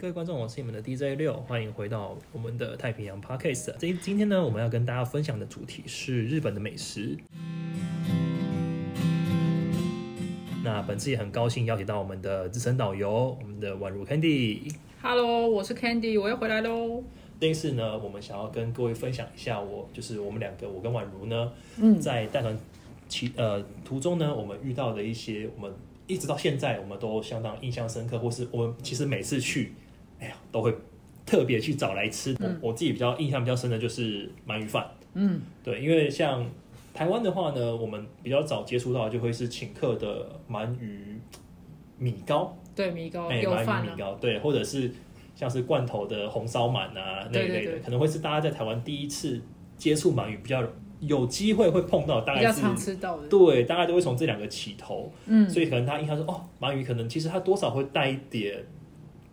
各位观众，我是你们的 DJ 六，欢迎回到我们的太平洋 Podcast。今今天呢，我们要跟大家分享的主题是日本的美食。那本次也很高兴邀请到我们的资深导游，我们的宛如 Candy。 Hello，我是 Candy，我又回来喽。这一次呢，我们想要跟各位分享一下我，就是我们两个，我跟宛如呢，嗯在带团其呃途中呢，我们遇到的一些，我们一直到现在我们都相当印象深刻，或是我们其实每次去，哎呀，都会特别去找来吃。我我自己比较印象比较深的就是鳗鱼饭，嗯，对，因为像台湾的话呢，我们比较早接触到的就会是请客的鳗鱼米糕，对，米糕哎，有鳗饭啊鱼米了。糕，对，或者是像是罐头的红烧鳗啊那一类的，对对对可能会是大家在台湾第一次接触鳗鱼比较有机会会碰哦到，大比概较是常吃到的。对，大概都会从这两个起头，嗯，所以可能大家印象说哦，鳗鱼可能其实它多少会带一点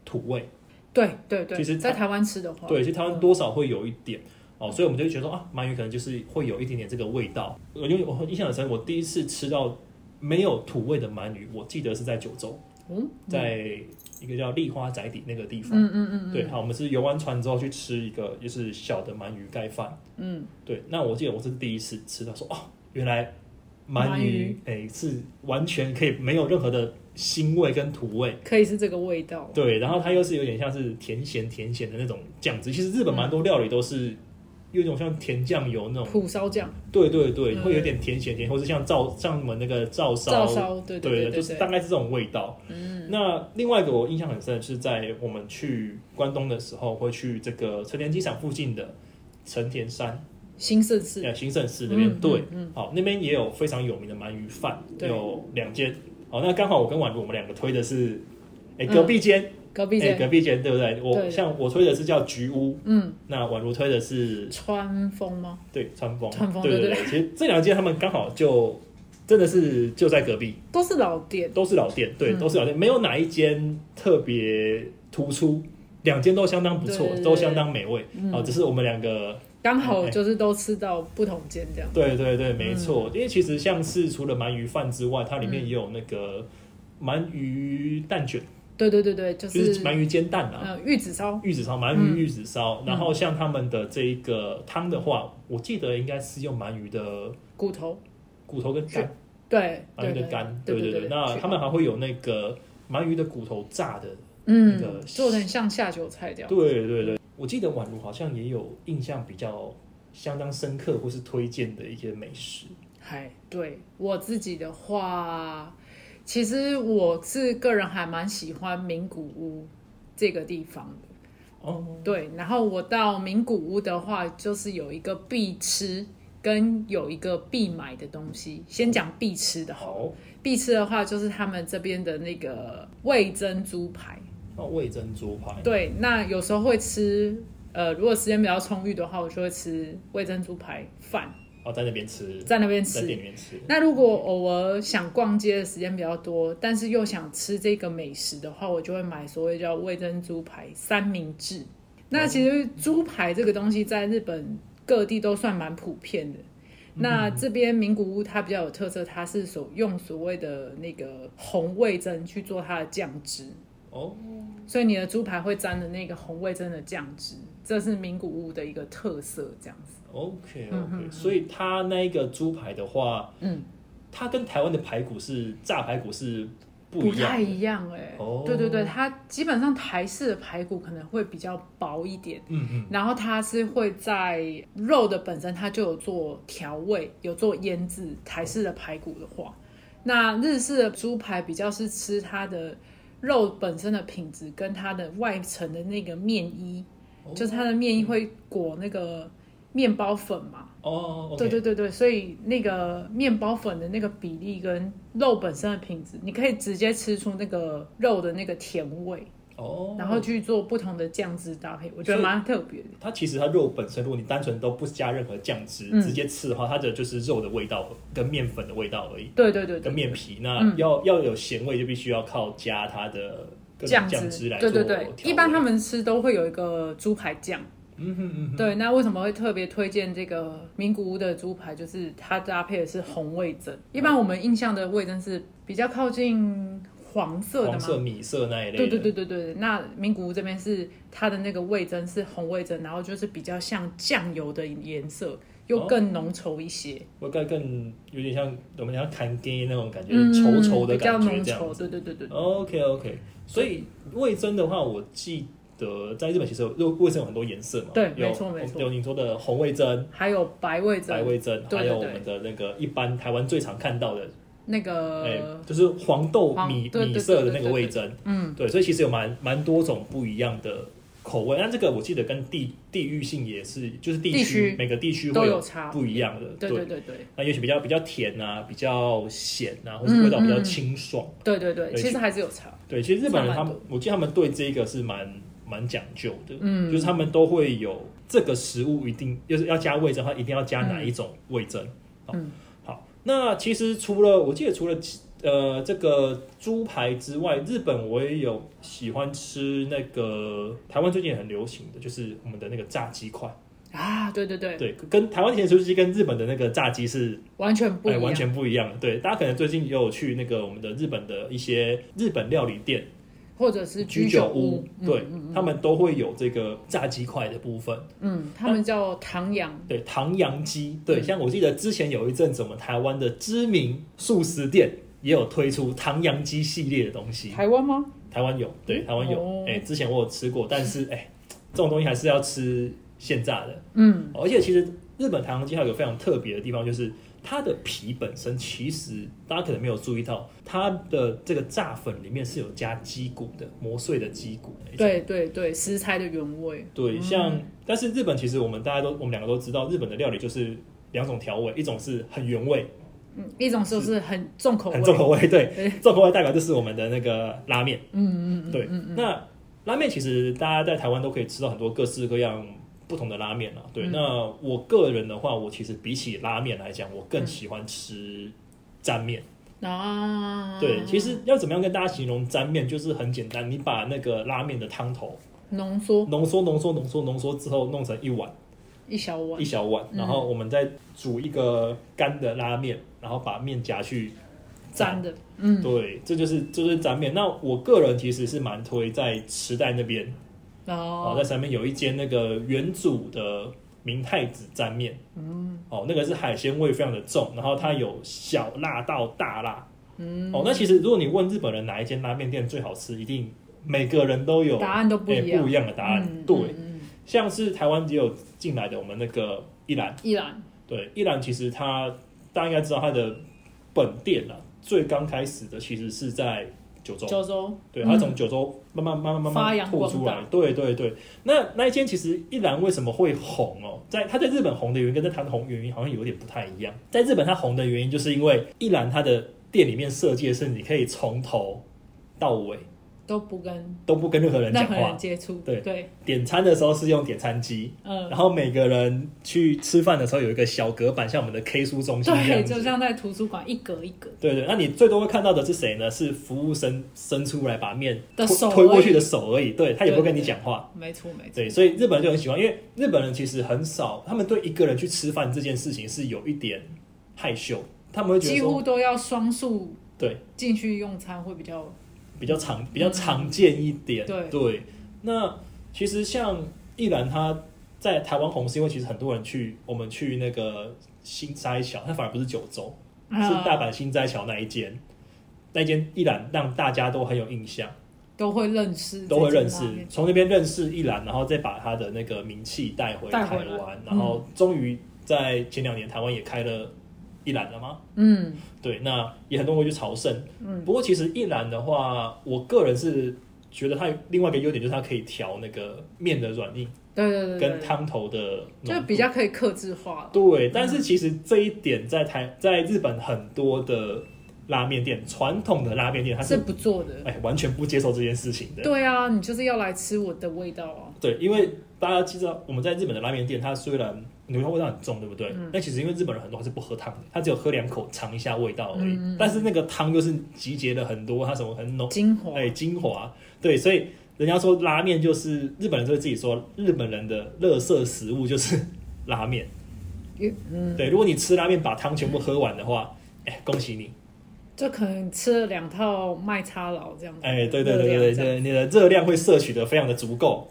土味，对对对，其实在台湾吃的话，对，其实台湾多少会有一点。哦，所以我们就会觉得说啊，鳗鱼可能就是会有一点点这个味道。我因为我印象很深，我第一次吃到没有土味的鳗鱼，我记得是在九州，嗯，在一个叫丽花宅邸那个地方。嗯嗯嗯嗯，对，好，我们是游完船之后去吃一个就是小的鳗鱼盖饭。嗯，对，那我记得我是第一次吃到说，哦，原来鳗鳗鱼诶、是完全可以没有任何的腥味跟土味。可以是这个味道。对，然后它又是有点像是甜咸甜咸的那种酱汁。其实日本嗯蛮多料理都是有一种像甜酱油那种，蒲烧酱、对对对，嗯会有点甜咸甜，或是像照像我们那个照烧照烧，对对对的，就是大概对，是这种味道。嗯，那另外一个我印象很深的是，在我们去关东的时候，会去这个成田机场附近的成田山新盛世，呃新盛市那边。嗯对，嗯好，那边也有非常有名的鳗鱼饭，对有两间。好，那刚好我跟宛如我们两个推的是，哎、嗯隔壁间，隔壁哎、街，隔壁间，对不对？我对像我推的是叫菊屋，嗯，那宛如推的是川风吗？对川风，川风对对对。其实这两间他们刚好就真的是就在隔壁。都是老店，都是老店，对，嗯都是老店，没有哪一间特别突出，两间都相当不错对对，对嗯都相当美味。哦，只是我们两个，刚好就是都吃到不同间这样。对对对，没嗯错，因为其实像是除了鳗鱼饭之外，它里面也有那个鳗鱼蛋卷，对对对对，就就是是鳗鱼煎蛋啊。呃玉子烧，玉子烧，鳗鱼玉子烧，嗯然后像他们的这一个汤的话，我记得应该是用鳗鱼的骨头，骨头跟肝，对，鳗对鱼的对肝，对对对。那他们还会有那个鳗鱼的骨头炸的那嗯个，做成像下酒菜这样。对对对，我记得宛如好像也有印象比较相当深刻或是推荐的一些美食。嗨，哎对我自己的话，其实我是个人还蛮喜欢名古屋这个地方的。哦，对，然后我到名古屋的话，就是有一个必吃跟有一个必买的东西。先讲必吃的好了，好，必吃的话就是他们这边的那个味增猪排。那味珍猪排，对，那有时候会吃，呃，如果时间比较充裕的话，我就会吃味增猪排饭，哦，在那边吃，在那边在吃。店里面吃，那如果偶尔想逛街的时间比较多，但是又想吃这个美食的话，我就会买所谓叫味增猪排三明治。哦那其实猪排这个东西在日本各地都算蛮普遍的。嗯那这边名古屋它比较有特色，它是所用所谓的那个红味增去做它的酱汁，哦，所以你的猪排会沾的那个红味增的酱汁，这是名古屋的一个特色，这样子。 OK 嗯 OK，所以它那一个猪排的话，嗯，它跟台湾的排骨是炸排骨是不一样太的。一样哎、哦对对对，它基本上台式的排骨可能会比较薄一点，嗯嗯，然后它是会在肉的本身它就有做调味，有做腌制。台式的排骨的话，那日式的猪排比较是吃它的肉本身的品质跟它的外层的那个面衣，哦就是它的面衣会裹那个面包粉嘛，哦，OK，对对对对，所以那个面包粉的那个比例跟肉本身的品质，你可以直接吃出那个肉的那个甜味，哦，然后去做不同的酱汁搭配，我觉所得以蛮特别的。它其实它肉本身，如果你单纯都不加任何酱汁，嗯直接吃的话，它的就是肉的味道跟面粉的味道而已。对对对跟对，面皮，那嗯要、要有咸味，就必须要靠加它的各种酱酱汁，来对做对调对，味一般他们吃都会有一个猪排酱。嗯哼嗯哼，对，那为什么会特别推荐这个名古屋的猪排？哦就是它搭配的是红味噌，一般我们印象的味噌是比较靠近黄色的黄吗？色、米色那一类的。对对对对对，那名古屋这边是它的那个味噌是红味噌，然后就是比较像酱油的颜色，哦又更浓稠一些，我更更有点像我们讲砍根那种感觉，嗯，稠稠的比较感觉浓这样稠，子。对对对对， OK OK，所以味噌的话，我记得在日本其实有肉味噌有很多颜色嘛，对有没错没错有你说的红味噌、还有白味白噌，味噌，对对还有我对们的那个一般台湾最常看到的，那哎个，就是黄豆呃黄米对对米对色的对那个对味对噌，嗯，对，所以其实有蛮蛮多种不一样的口味。那这个我记得跟地地域性也是，就是地地区区每个地区都会有差，不一样的。对对对对那也许比较比较甜啊，比较咸啊，或者味道比较嗯嗯嗯清爽。对对对，对其实还是有差，对，其实日本人他差们蛮，我记得他们对这个是蛮蛮讲究的，嗯就是他们都会有这个食物一定就是要加味噌，它一定要加哪一种味噌。好嗯好，那其实除了我记得除了呃这个猪排之外，日本我也有喜欢吃那个台湾最近也很流行的，就是我们的那个炸鸡块。啊，对对对，对，跟台湾甜酥鸡跟日本的那个炸鸡是完全不一哎，样，完全不一样。对，大家可能最近也有去那个我们的日本的一些日本料理店。或者是居酒酒屋，嗯对、嗯他们都会有这个炸鸡块的部分，嗯，他们叫唐扬，对唐扬鸡，对、嗯像我记得之前有一阵子，我们台湾的知名素食店也有推出唐扬鸡系列的东西，台湾吗？台湾有，对，台湾有，哎、哦之前我有吃过，但是哎、这种东西还是要吃现炸的，嗯，而且其实日本唐扬鸡还有一个非常特别的地方，就是它的皮本身其实大家可能没有注意到，它的这个炸粉里面是有加鸡骨的，磨碎的鸡骨，哎对对对，食材的原味，对，像但是日本其实我们大家都我们两个都知道，日本的料理就是两种调味，一种是很原味，嗯，一种就是很重口味，很重口味，对对，重口味代表就是我们的那个拉面，嗯嗯嗯，对，那拉面其实大家在台湾都可以吃到很多各式各样。不同的拉面啊，嗯对，那我个人的话，我其实比起拉面来讲，我嗯更喜欢吃沾面。啊，对，其实要怎么样跟大家形容沾面，就是很简单，你把那个拉面的汤头浓缩浓缩、浓缩、浓缩、浓缩之后，弄成一碗。一小碗一，小碗，嗯然后我们再煮一个干的拉面，然后把面夹去粘。的，嗯，对，这就是这就是沾面。那我个人其实是蛮推在池袋那边，然哦，后在上面有一间那个原主的明太子沾面，嗯，哦，那个是海鲜味非常的重，然后它有小辣到大辣，嗯，哦，那其实如果你问日本人哪一间拉面店最好吃，一定每个人都有答案都不哎一样不一样的答案，嗯对，嗯嗯像是台湾也有进来的我们那个一兰。一兰对，一兰其实它大家应该知道它的本店啊，最刚开始的其实是在九州，九州，对，它从九州慢慢慢慢慢发慢扬拓光出大来，对对对。那那一间其实一兰为什么会红哦？在它在日本红的原因跟在台湾红的原因好像有点不太一样。在日本它红的原因就是因为一兰它的店里面设计的是你可以从头到尾都不跟都不跟任何人任讲何话人，接触，对对，点餐的时候是用点餐机。嗯然。后每个人去吃饭的时候有一个小隔板，像我们的 K 书中心一样对，子，就像在图书馆一格一格，对对，那你最多会看到的是谁呢？是服务生伸出来把面的推手推过而已去的手而已，对他也不会跟你讲话。没错没错，对，所以日本人就很喜欢，因为日本人其实很少，他们对一个人去吃饭这件事情是有一点害羞，他们会觉得几乎说，都要双数对，进去用餐会比较比较常比较常见一点。嗯对那其实像一兰他在台湾红是因为其实很多人去我们去那个新斋桥，它反而不是九州，嗯是呃大阪新斋桥那一间，那一间一兰让大家都很有印象。都会认识，都会认识，从那边认识一兰，然后再把他的那个名气带回台带回来嗯湾，然后终于在前两年台湾也开了一兰了吗？嗯，对，那也很多人会去朝圣。嗯，不过其实一兰的话，我个人是觉得它有另外一个优点就是它可以调那个面的软硬对对对对，跟汤头的浓就度比较可以克制化了，对，但是其实这一点在台在日本很多的拉面店，传统的拉面店它是是不做的。哎完全不接受这件事情的。对啊，你就是要来吃我的味道啊。对，因为大家知道我们在日本的拉面店，它虽然牛肉味道很重，对不对？嗯但其实因为日本人很多还是不喝汤的，他只有喝两口尝一下味道而嗯已。但是那个汤又是集结了很多它什么很浓精华，哎精华，对，所以人家说拉面就是日本人就会自己说日本人的垃圾食物就是拉面。嗯，对，如果你吃拉面把汤全部喝完的话，哎，恭喜你，就可能吃了两套麦差佬这样子。哎，对对对对对热量这样对，你的热量会摄取的非常的足 够。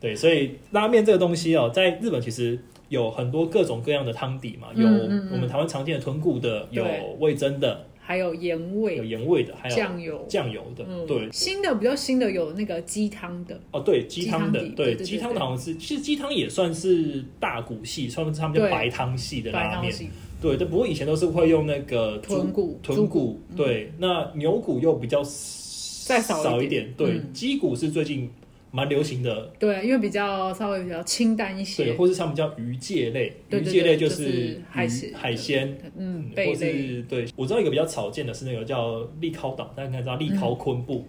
对，所以拉面这个东西哦，在日本其实有很多各种各样的汤底嘛，有嗯嗯嗯我们台湾常见的豚骨的，有对味增的，还有盐有味、盐味的，还有酱油。酱油的。嗯，对，新的比较新的有那个鸡汤的，哦，对，鸡汤的鸡汤底，对对对，对鸡汤的好像是，其实鸡汤也算是大骨系，算是他们叫对白汤系的白拉汤面。系对，但不过以前都是会用那个猪豚骨、豚猪骨，对，那牛骨又比较再再少一少点点，对，嗯鸡骨是最近蛮流行的，对，因为比较稍微比较清淡一对，些，或是他们叫鱼介类，对鱼对介对类就就是是海鱼鲜海鲜，嗯，贝或类，是对，我知道一个比较少见的是那个叫利考岛，大家应该知道利考昆布，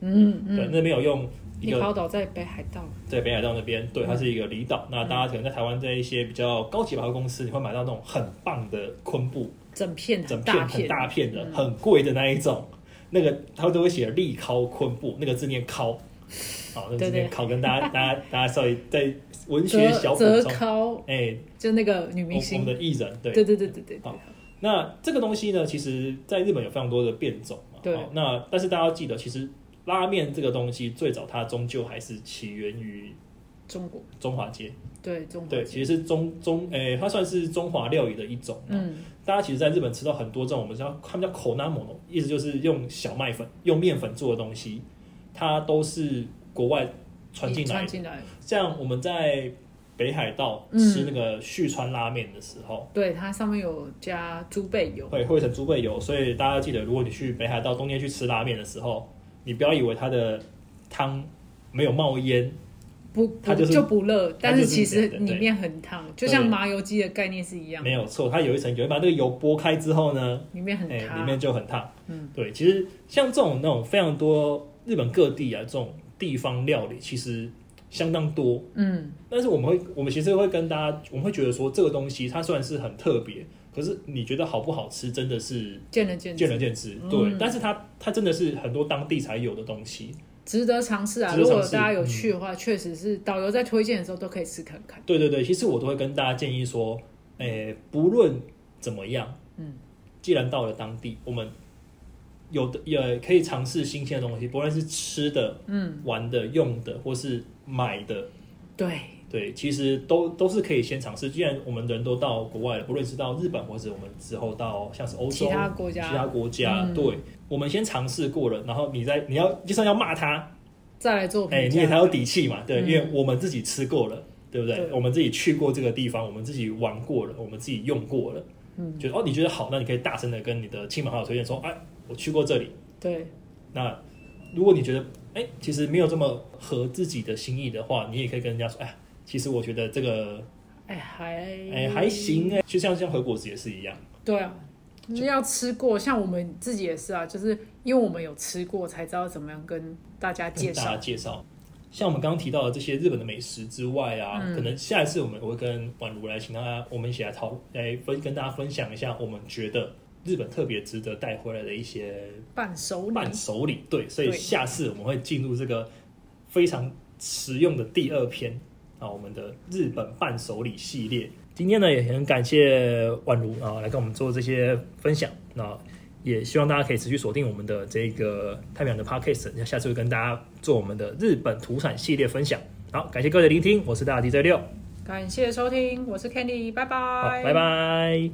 嗯对，嗯，那边有用一利个考岛在北海道，在北海道那边，对，它是一个离岛。那大家可能在台湾在一些比较高级百货公司，你会买到那种很棒的昆布，整片嗯整大片很大片的、很贵的那一种。那个他都会写利尻昆布，那个字念尻，好，那个字念尻，跟大家大家大家稍微在文学小泽补泽充。尻，哎，就那个女我明我们星，的艺人对对对对对对对好，那这个东西呢，其实在日本有非常多的变种嘛。对哦那但是大家要记得，其实拉面这个东西最早它终究还是起源于中国中华街。对中国对，，其实是中中诶、它算是中华料理的一种。啊嗯，大家其实在日本吃到很多这种我们叫他们叫口纳摩，意思就是用小麦粉、用面粉做的东西，它都是国外传进来传的。进来，像我们在北海道嗯吃那个旭川拉面的时候，对，它上面有加猪背油，会会成猪背油，所以大家记得，如果你去北海道冬天去吃拉面的时候，你不要以为它的汤没有冒烟，不不它就是就不热，但是其实它就是里面很烫，就像麻油鸡的概念是一样，没有错，它有一层油，把那个油剥开之后呢，里面很哎、里烫，面就很烫。嗯，对，其实像这种那种非常多日本各地啊这种地方料理，其实相当多。嗯，但是我们会，我们其实会跟大家，我们会觉得说这个东西它虽然是很特别，可是你觉得好不好吃，真的是见仁见见智，仁见智。嗯对，但是它它真的是很多当地才有的东西。值得尝试啊！值得如果尝试大家有去的话，确实是导游在推荐的时候都可以试看看，对对对，其实我都会跟大家建议说，诶、不论怎么样，嗯，既然到了当地，我们有的也可以尝试新鲜的东西，不论是吃的、嗯，玩的、用的，或是买的，对，对，其实都都是可以先尝试。既然我们人都到国外了，不论是到日本，或是我们之后到像是欧洲、其他国其家他国家，嗯对，我们先尝试过了，然后你再你要就算要骂他，再来做哎、评你也才价，有底气嘛，对，嗯因为我们自己吃过了，对不对？对我们自己去过这个地方，我们自己玩过了，我们自己用过了，嗯，觉得哦，你觉得好，那你可以大声的跟你的亲朋好友推荐说，哎，我去过这里。对，那如果你觉得哎，其实没有这么合自己的心意的话，你也可以跟人家说，哎，其实我觉得这个哎还哎还，行哎，就像像和果子也是一样，对啊。就是要吃过，像我们自己也是啊，就是因为我们有吃过，才知道怎么样跟大家介跟大绍家。介绍。像我们刚刚提到的这些日本的美食之外啊，嗯可能下一次我们我会跟宛如来请大家，我们一起来讨来分跟大家分享一下，我们觉得日本特别值得带回来的一些伴手礼伴手礼。对，所以嗯对下次我们会进入这个非常实用的第二篇啊，我们的日本伴手礼系列。今天呢，也很感谢宛如啊来跟我们做这些分享。那也希望大家可以持续锁定我们的这个太平洋的 podcast，那下次会跟大家做我们的日本土产系列分享。好，感谢各位的聆听，我是大 DJ 六，感谢收听，我是 Candy，拜拜，好，拜拜。